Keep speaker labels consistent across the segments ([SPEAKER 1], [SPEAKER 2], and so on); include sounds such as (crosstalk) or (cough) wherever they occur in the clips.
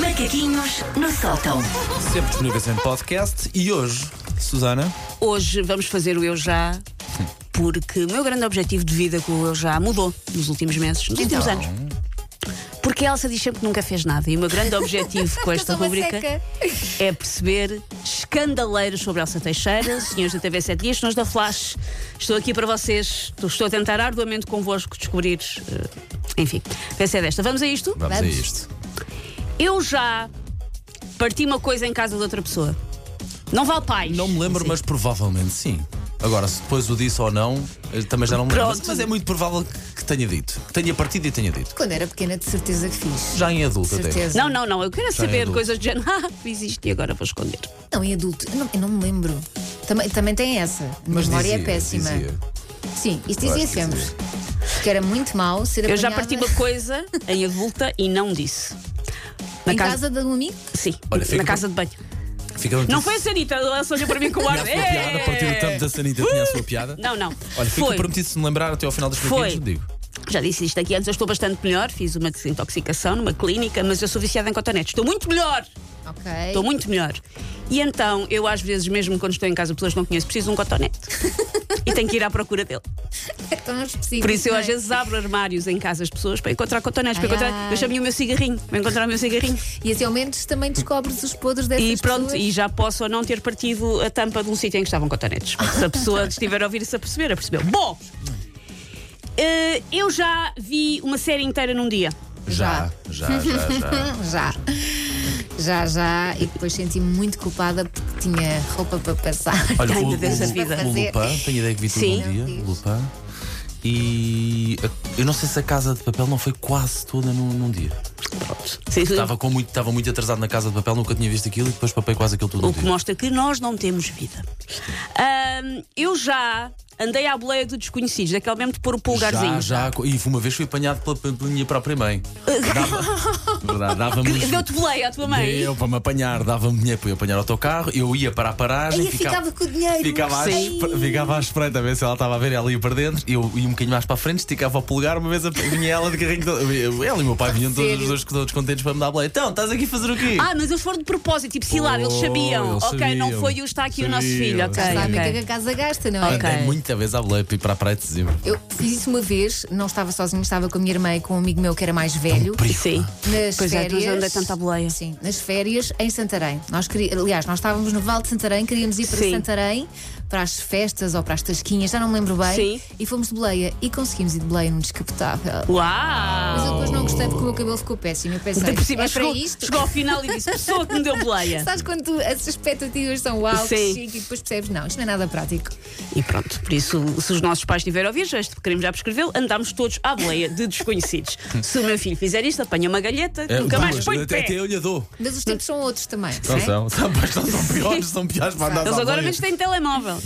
[SPEAKER 1] Macaquinhos no sótão.
[SPEAKER 2] Sempre disponíveis em podcast e hoje, Susana,
[SPEAKER 3] Hoje vamos fazer o Eu Já, porque o meu grande objetivo de vida com o Eu Já mudou nos últimos meses, nos últimos
[SPEAKER 4] Então.
[SPEAKER 3] anos. Porque a Elsa diz sempre que nunca fez nada e o meu grande
[SPEAKER 4] (laughs)
[SPEAKER 3] objetivo com esta
[SPEAKER 4] Eu sou uma
[SPEAKER 3] rubrica
[SPEAKER 4] seca.
[SPEAKER 3] é perceber escandaleiros sobre Elsa Teixeira, senhores da TV 7 Dias, senhores da Flash. Estou aqui para vocês, estou a tentar arduamente convosco descobrir. eh, Enfim, pensei desta. Vamos a isto?
[SPEAKER 2] vamos, a
[SPEAKER 4] Vamos.
[SPEAKER 2] isto.
[SPEAKER 3] Eu já parti uma coisa em casa de outra pessoa. Não vale pais.
[SPEAKER 2] Não me lembro, mas provavelmente sim. Agora, se depois o disse ou não, eu também já não me lembro.
[SPEAKER 3] Pronto.
[SPEAKER 2] Mas, mas é muito provável que- que tenha dito. Que tenha partido e tenha dito.
[SPEAKER 4] Quando era pequena, de certeza que fiz.
[SPEAKER 2] Já em adulto
[SPEAKER 4] De
[SPEAKER 2] até.
[SPEAKER 4] certeza.
[SPEAKER 3] Não, não, não. Eu quero saber
[SPEAKER 2] adulto.
[SPEAKER 3] coisas do género. (laughs) Ah, fiz isto e agora vou esconder.
[SPEAKER 4] Não, em adulto. Eu não, eu não me lembro. Também, também tem essa. A memória é
[SPEAKER 2] dizia,
[SPEAKER 4] péssima.
[SPEAKER 2] dizia.
[SPEAKER 4] Sim, isto
[SPEAKER 2] Eu acho
[SPEAKER 4] dizia
[SPEAKER 2] que
[SPEAKER 4] sempre.
[SPEAKER 2] dizia.
[SPEAKER 4] Que era muito mau ser
[SPEAKER 3] Eu já
[SPEAKER 4] apanhada
[SPEAKER 3] parti uma coisa em adulta e não disse. Na
[SPEAKER 4] em casa de um amigo.
[SPEAKER 3] Sim,
[SPEAKER 2] Olha, fica
[SPEAKER 3] na
[SPEAKER 2] bem-
[SPEAKER 3] casa de banho.
[SPEAKER 2] Fica muito
[SPEAKER 3] Não foi a Sanita, ela só olhou para mim com o ar. É.
[SPEAKER 2] Tinha a sua piada, a partir do tempo da Sanita tinha a sua piada.
[SPEAKER 3] Não, não.
[SPEAKER 2] Olha, fica
[SPEAKER 3] Foi.
[SPEAKER 2] prometido se me lembrar até ao final dos
[SPEAKER 3] Foi.
[SPEAKER 2] macaquinhos, digo.
[SPEAKER 3] Já disse isto aqui antes, eu estou bastante melhor. Fiz uma desintoxicação numa clínica, mas eu sou viciada em cotonetes. Estou muito melhor!
[SPEAKER 4] Ok.
[SPEAKER 3] Estou
[SPEAKER 4] (laughs)
[SPEAKER 3] muito melhor. E então, eu às vezes, mesmo quando estou em casa, de pessoas que não conheço, preciso de um cotonete. e tenho que ir à procura dele.
[SPEAKER 4] É tão específico,
[SPEAKER 3] Por isso eu
[SPEAKER 4] não é?
[SPEAKER 3] às vezes abro armários em casa das pessoas para encontrar cotonetes, para
[SPEAKER 4] Ai,
[SPEAKER 3] encontrar.
[SPEAKER 4] ai.
[SPEAKER 3] Eu chamo-lhe o meu cigarrinho, para encontrar o meu cigarrinho.
[SPEAKER 4] E assim ao menos também descobres os podres dessas
[SPEAKER 3] E pronto,
[SPEAKER 4] pessoas.
[SPEAKER 3] e já posso ou não ter partido a tampa de um sítio em que estavam cotonetes. Se a
[SPEAKER 4] (laughs)
[SPEAKER 3] pessoa estiver a ouvir-se a perceber, a percebeu. Bom, eh, eu já vi uma série inteira num dia.
[SPEAKER 2] Já, já, já, já.
[SPEAKER 4] Já. Já, já. E depois senti-me muito culpada porque tinha roupa para passar.
[SPEAKER 2] Olha,
[SPEAKER 3] Ai,
[SPEAKER 2] o, o,
[SPEAKER 3] meu Deus, a vida.
[SPEAKER 2] o, o Lupin, tenho ideia que vi tudo
[SPEAKER 3] Sim.
[SPEAKER 2] um dia.
[SPEAKER 4] Meu
[SPEAKER 2] O
[SPEAKER 4] Deus.
[SPEAKER 2] Lupin. E a- eu não sei se a casa de papel não foi quase toda num, num dia.
[SPEAKER 3] Pronto. Sim,
[SPEAKER 2] Estava com muito, estava muito atrasado na casa de papel, nunca tinha visto aquilo e depois papei quase aquilo tudo.
[SPEAKER 3] O
[SPEAKER 2] num
[SPEAKER 3] que
[SPEAKER 2] dia.
[SPEAKER 3] mostra que nós não temos vida. Ahm, eu já andei à boleia de desconhecidos, daquele mesmo de pôr o
[SPEAKER 2] Já,
[SPEAKER 3] pulgarzinho.
[SPEAKER 2] já. E uma vez fui apanhado pela, pela minha própria mãe. Dava,
[SPEAKER 3] (laughs)
[SPEAKER 2] verdade, dava-me.
[SPEAKER 3] Que Deu-te boleia à tua mãe.
[SPEAKER 2] Eu, para me apanhar, dava-me dinheiro para eu apanhar o autocarro, eu ia para a paragem.
[SPEAKER 4] Aí ficava com o dinheiro.
[SPEAKER 2] Ficava à,
[SPEAKER 4] Sim.
[SPEAKER 2] espre- ficava à espreita a ver se ela estava a ver ela ia para dentro. Eu ia um bocadinho mais para a frente, esticava o polegar, uma vez a- vinha ela de carrinho. todo- eu- Ela e o meu pai vinham todos os
[SPEAKER 4] Sério?
[SPEAKER 2] dois todos contentes para me dar boleia. Então, estás aqui a fazer o quê?
[SPEAKER 3] Ah, mas eles foram de propósito, tipo cilada, eles
[SPEAKER 2] Oh,
[SPEAKER 3] sabiam.
[SPEAKER 2] eles
[SPEAKER 3] ok,
[SPEAKER 2] sabiam.
[SPEAKER 3] não foi o está aqui o nosso filho,
[SPEAKER 2] Sabiam.
[SPEAKER 3] ok.
[SPEAKER 4] Já sabem o que é
[SPEAKER 3] ok.
[SPEAKER 4] que a casa gasta, não é?
[SPEAKER 3] Ok.
[SPEAKER 2] Andei muita vez à boleia para ir para a praia de dezembro.
[SPEAKER 4] Eu fiz isso uma vez, não estava sozinho, estava com a minha irmã e com um amigo meu que era mais
[SPEAKER 2] É
[SPEAKER 4] velho.
[SPEAKER 3] Sim.
[SPEAKER 4] Nas
[SPEAKER 3] Pois é, tu
[SPEAKER 4] férias.
[SPEAKER 3] andei tanto à boleia.
[SPEAKER 4] Sim, nas férias em Santarém. Nós queri- Aliás, nós estávamos no Val de Santarém, queríamos ir para
[SPEAKER 3] Sim.
[SPEAKER 4] Santarém, para as festas ou para as tasquinhas, já não me lembro bem.
[SPEAKER 3] Sim.
[SPEAKER 4] E fomos de boleia e conseguimos ir de boleia num descapotável. Mas eu
[SPEAKER 3] Uau!
[SPEAKER 4] depois não gostei porque o meu cabelo ficou péssimo. Eu pensei,
[SPEAKER 3] Ainda por cima
[SPEAKER 4] é para
[SPEAKER 3] chegou,
[SPEAKER 4] isto?
[SPEAKER 3] chegou ao final e disse: pessoa que me deu boleia.
[SPEAKER 4] (laughs) Sabes quando tu- as expectativas são altas
[SPEAKER 3] Sim.
[SPEAKER 4] chique, e depois percebes, não, isto não é nada prático.
[SPEAKER 3] E pronto, por isso, se os nossos pais tiverem a ouvir, já este queremos já prescrevê-lo, andámos todos à boleia de
[SPEAKER 2] (laughs)
[SPEAKER 3] desconhecidos. se o meu filho fizer isto, apanha uma galheta,
[SPEAKER 2] É,
[SPEAKER 3] nunca mais
[SPEAKER 2] duas,
[SPEAKER 3] põe de
[SPEAKER 2] até,
[SPEAKER 3] pé.
[SPEAKER 2] até eu lhe dou.
[SPEAKER 4] Mas os tempos são outros também.
[SPEAKER 2] Não
[SPEAKER 4] não é?
[SPEAKER 2] são, são, mas não são piores, são piores para andar à
[SPEAKER 3] Eles agora
[SPEAKER 2] boleia.
[SPEAKER 3] menos têm telemóvel.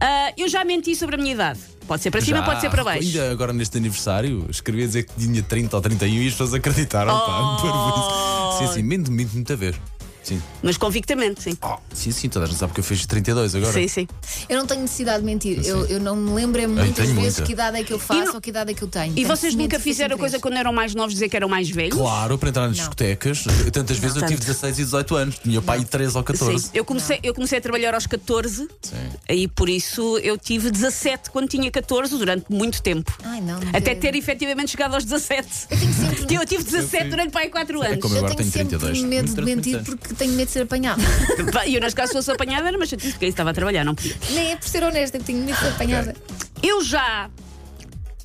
[SPEAKER 3] Ah, eu já menti sobre a minha idade. Pode ser para cima,
[SPEAKER 2] Já.
[SPEAKER 3] pode ser para baixo.
[SPEAKER 2] Ainda agora neste aniversário, escrevi a dizer que tinha 30 ou 31 e as pessoas acreditaram.
[SPEAKER 3] Oh.
[SPEAKER 2] Pá, parvo isso. Sim, sim, minto, minto muita vez. Sim.
[SPEAKER 3] Mas convictamente, sim.
[SPEAKER 2] Oh, sim, sim, toda a gente sabe que eu fiz 32 agora.
[SPEAKER 3] Sim, sim.
[SPEAKER 4] Eu não tenho necessidade de mentir.
[SPEAKER 2] sim.
[SPEAKER 4] Eu, eu não me lembro é muitas
[SPEAKER 2] tenho
[SPEAKER 4] vezes
[SPEAKER 2] muita.
[SPEAKER 4] que idade é que eu faço
[SPEAKER 3] não-
[SPEAKER 4] ou que idade é que eu tenho.
[SPEAKER 3] E
[SPEAKER 4] Portanto,
[SPEAKER 3] vocês
[SPEAKER 4] se
[SPEAKER 3] nunca
[SPEAKER 4] minto, fica
[SPEAKER 3] fizeram
[SPEAKER 4] sempre
[SPEAKER 3] coisa
[SPEAKER 4] este.
[SPEAKER 3] quando eram mais novos, dizer que eram mais velhos?
[SPEAKER 2] Claro, para entrar nas
[SPEAKER 4] Não.
[SPEAKER 2] discotecas, tantas vezes eu
[SPEAKER 3] Tanto.
[SPEAKER 2] tive 16 e 18 anos, tinha pai 13 ou 14.
[SPEAKER 3] Sim, eu comecei, eu comecei a trabalhar aos 14
[SPEAKER 2] Sim.
[SPEAKER 3] e por isso eu tive 17 quando tinha 14 durante muito tempo.
[SPEAKER 4] Ai, não, não
[SPEAKER 3] Até
[SPEAKER 4] quero.
[SPEAKER 3] ter efetivamente chegado aos 17.
[SPEAKER 4] Eu tenho sempre.
[SPEAKER 3] Eu tive 17 durante pai 4 anos.
[SPEAKER 2] É como-
[SPEAKER 4] eu
[SPEAKER 2] Agora
[SPEAKER 4] tenho
[SPEAKER 2] tenho 32.
[SPEAKER 4] sempre medo de
[SPEAKER 2] Durante muitos
[SPEAKER 4] mentir
[SPEAKER 2] anos.
[SPEAKER 4] porque tenho medo de
[SPEAKER 2] (laughs)
[SPEAKER 4] ser apanhada.
[SPEAKER 3] (laughs) Pá, Eu, nas caso, fosse apanhada, era uma chatice, porque aí estava a trabalhar, não podia.
[SPEAKER 4] Nem é por ser honesta, eu tenho medo de ser apanhada.
[SPEAKER 3] Eu já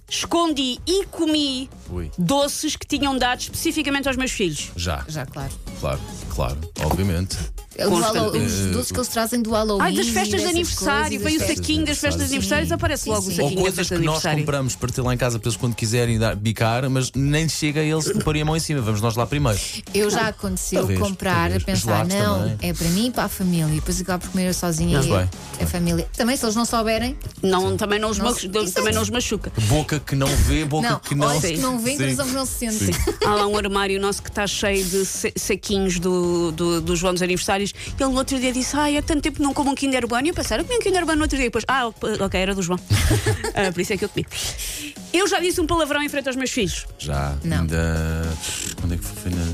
[SPEAKER 3] escondi e comi
[SPEAKER 2] Ui.
[SPEAKER 3] doces que tinham dado especificamente aos meus filhos.
[SPEAKER 2] Já,
[SPEAKER 4] Já, claro.
[SPEAKER 2] claro, claro, obviamente.
[SPEAKER 4] É O
[SPEAKER 3] Consta-
[SPEAKER 4] Halo-
[SPEAKER 2] eh,
[SPEAKER 4] os doces que eles trazem do Halloween.
[SPEAKER 3] Ai, das
[SPEAKER 4] e
[SPEAKER 3] festas de
[SPEAKER 4] dessas
[SPEAKER 3] aniversário,
[SPEAKER 4] coisas,
[SPEAKER 3] vem o
[SPEAKER 4] das festas-
[SPEAKER 3] saquinho das festas de aniversário,
[SPEAKER 4] Sim.
[SPEAKER 3] aparece logo o
[SPEAKER 4] Sim, sim.
[SPEAKER 2] Ou
[SPEAKER 3] saquinho da
[SPEAKER 2] coisas
[SPEAKER 3] festa
[SPEAKER 2] que
[SPEAKER 3] de
[SPEAKER 2] nós
[SPEAKER 3] aniversário.
[SPEAKER 2] compramos para ter lá em casa para eles quando quiserem dar, bicar, mas nem chega a eles que porem a mão em cima, vamos nós lá primeiro.
[SPEAKER 4] Eu já aconteceu
[SPEAKER 2] Talvez,
[SPEAKER 4] comprar,
[SPEAKER 2] talvez.
[SPEAKER 4] a pensar,
[SPEAKER 2] Gelados
[SPEAKER 4] não,
[SPEAKER 2] também.
[SPEAKER 4] é para mim e para a família. E depois acabar por comer eu sozinha
[SPEAKER 2] Mas
[SPEAKER 4] e
[SPEAKER 2] bem,
[SPEAKER 4] a família. Também, se eles não souberem,
[SPEAKER 3] Não, também não os,
[SPEAKER 4] Não
[SPEAKER 3] ma-
[SPEAKER 4] sei.
[SPEAKER 3] também não os machuca.
[SPEAKER 2] Boca que não vê, boca
[SPEAKER 4] não,
[SPEAKER 2] que não.
[SPEAKER 4] olhos que não veem,
[SPEAKER 2] Sim.
[SPEAKER 4] coração que não se sente.
[SPEAKER 3] Há lá um armário nosso que está cheio de sa- saquinhos do, do, do João dos Aniversários. Ele no outro dia disse: Ai, há tanto tempo que não como um Kinder Bueno. E eu pensava: Eu comi um Kinder Bueno no outro dia. E depois, ah, ok, era
[SPEAKER 2] (laughs)
[SPEAKER 3] do João. Ah, por isso é que eu comi. Eu já disse um palavrão em frente aos meus filhos.
[SPEAKER 2] Já,
[SPEAKER 4] Não.
[SPEAKER 2] ainda. Onde é que foi? Foi na.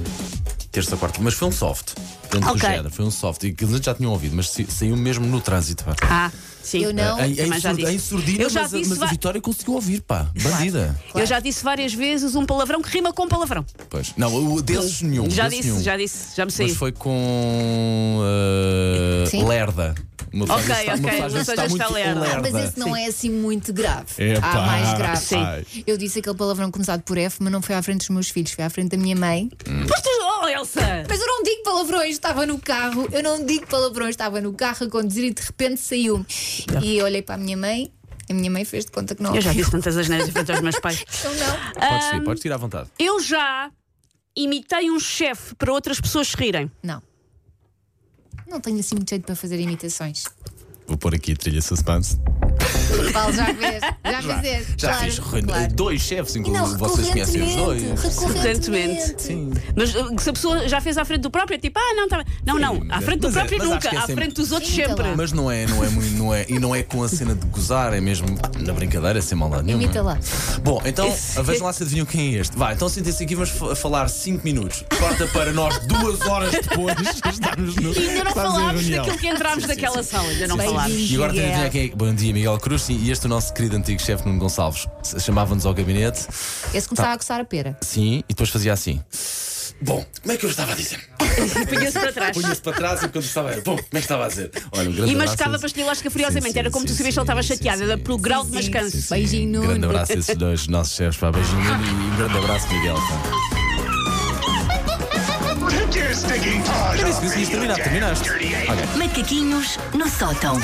[SPEAKER 2] terça, quarta, mas foi um soft. Dentro
[SPEAKER 3] Ok.
[SPEAKER 2] do género, foi um soft. E que eles já tinham ouvido, mas sa- saiu mesmo no trânsito. Pá.
[SPEAKER 3] Ah, sim.
[SPEAKER 4] Eu não.
[SPEAKER 2] em, em,
[SPEAKER 3] também já
[SPEAKER 2] sur-
[SPEAKER 3] disse.
[SPEAKER 2] em surdina,
[SPEAKER 3] Eu já
[SPEAKER 2] é mas, a-
[SPEAKER 3] disse
[SPEAKER 2] mas
[SPEAKER 3] va-
[SPEAKER 2] a Vitória conseguiu ouvir, pá. Bandida.
[SPEAKER 3] Eu já disse várias vezes um palavrão que rima com palavrão.
[SPEAKER 2] Pois. Não, o- desses nenhum.
[SPEAKER 3] já
[SPEAKER 2] desses
[SPEAKER 3] disse,
[SPEAKER 2] nenhum.
[SPEAKER 3] já disse, já me
[SPEAKER 2] Mas
[SPEAKER 3] saiu.
[SPEAKER 2] foi com. eh,
[SPEAKER 4] Sim.
[SPEAKER 2] Lerda. Uma
[SPEAKER 3] Ok,
[SPEAKER 2] pessoa às vezes está- uma
[SPEAKER 3] ok,
[SPEAKER 2] pessoa às
[SPEAKER 3] uma
[SPEAKER 2] vezes
[SPEAKER 3] pessoa
[SPEAKER 2] está
[SPEAKER 3] já está
[SPEAKER 2] muito
[SPEAKER 3] lerda.
[SPEAKER 4] Mas esse não é assim muito grave.
[SPEAKER 2] Epá,
[SPEAKER 4] Há mais grave.
[SPEAKER 3] sim.
[SPEAKER 2] ai.
[SPEAKER 4] Eu disse aquele palavrão começado por F, mas não foi à frente dos meus filhos, foi à frente da minha mãe.
[SPEAKER 3] Mas tu- oh, Elsa!
[SPEAKER 4] Mas eu não digo palavrões, estava no carro. Eu não digo palavrões, estava no carro a conduzir e de repente saiu-me. E eu olhei para a minha mãe, a minha mãe fez de conta que não.
[SPEAKER 3] Eu já
[SPEAKER 4] ouviu.
[SPEAKER 3] disse tantas asneiras em frente aos meus pais.
[SPEAKER 4] Eu não.
[SPEAKER 2] Podes ir, podes ir à vontade.
[SPEAKER 3] Eu já imitei um chefe para outras pessoas se rirem.
[SPEAKER 4] Não. Não tenho assim muito jeito para fazer imitações.
[SPEAKER 2] Vou pôr aqui a trilha suspense.
[SPEAKER 4] Paulo, já fez. Já, fizeste.
[SPEAKER 2] Já
[SPEAKER 4] é, claro,
[SPEAKER 2] fiz recorrente-
[SPEAKER 4] claro.
[SPEAKER 2] dois chefes,
[SPEAKER 4] E não,
[SPEAKER 2] inclusive vocês conhecem os dois.
[SPEAKER 4] recorrentemente. Recorrentemente.
[SPEAKER 2] Sim.
[SPEAKER 3] Mas uh, se a pessoa já fez à frente do próprio, é tipo, ah, não, tá bem. Não, não, à
[SPEAKER 2] mas-
[SPEAKER 3] frente do
[SPEAKER 2] mas é-
[SPEAKER 3] próprio
[SPEAKER 2] mas acho
[SPEAKER 3] nunca,
[SPEAKER 2] que é
[SPEAKER 3] à
[SPEAKER 2] sempre-
[SPEAKER 3] frente dos outros
[SPEAKER 4] Imita
[SPEAKER 3] sempre.
[SPEAKER 4] lá.
[SPEAKER 2] Mas não é, não é muito, não é, e não é com a cena de gozar, é mesmo na brincadeira, sem maldade nenhuma.
[SPEAKER 4] Imita lá.
[SPEAKER 2] Bom, então vejam lá se adivinham quem é este. Vai, então sentem-se aqui, vamos fa- falar 5 minutos. Corta para nós duas horas depois. Estamos no,
[SPEAKER 3] E ainda
[SPEAKER 2] estamos
[SPEAKER 3] não
[SPEAKER 2] em
[SPEAKER 3] falámos
[SPEAKER 2] reunião.
[SPEAKER 3] daquilo que entramos daquela sala, ainda não
[SPEAKER 4] Sim, sim.
[SPEAKER 3] falámos.
[SPEAKER 2] E agora tenho de adivinhar quem é. Bom dia, Miguel Cruz. Sim, e este é o nosso querido antigo chefe Nuno Gonçalves. Se- Chamava-nos ao gabinete.
[SPEAKER 4] Esse
[SPEAKER 2] Tá.
[SPEAKER 4] começava a coçar a pera.
[SPEAKER 2] Sim, e depois fazia assim. Bom, como é que eu estava a dizer?
[SPEAKER 3] Punha-se para trás.
[SPEAKER 2] Punha-se para trás e quando estava a Bom, como é que estava a dizer? Olha, um grande
[SPEAKER 3] E
[SPEAKER 2] abraço.
[SPEAKER 3] mascava pastilha elástica furiosamente.
[SPEAKER 2] Sim, sim,
[SPEAKER 3] Era como tu
[SPEAKER 2] sim,
[SPEAKER 3] sabias
[SPEAKER 2] sim,
[SPEAKER 3] que ele estava
[SPEAKER 2] sim,
[SPEAKER 3] chateado,
[SPEAKER 2] sim,
[SPEAKER 3] era
[SPEAKER 2] sim,
[SPEAKER 3] pelo grau de
[SPEAKER 4] sim,
[SPEAKER 3] mascanço.
[SPEAKER 4] sim, sim. Beijinho,
[SPEAKER 2] Um grande
[SPEAKER 4] Nuno.
[SPEAKER 2] abraço a esses dois nossos chefes. Pá, beijinho Nuno, e um grande abraço, Miguel. pá.
[SPEAKER 1] Take your stinking paws
[SPEAKER 2] Era isso
[SPEAKER 1] off
[SPEAKER 2] que eu
[SPEAKER 1] me,
[SPEAKER 2] tinha
[SPEAKER 1] you
[SPEAKER 2] terminar,
[SPEAKER 1] damn
[SPEAKER 2] terminaste.
[SPEAKER 1] dirty ape.
[SPEAKER 2] Olha.
[SPEAKER 5] Macaquinhos no sótão.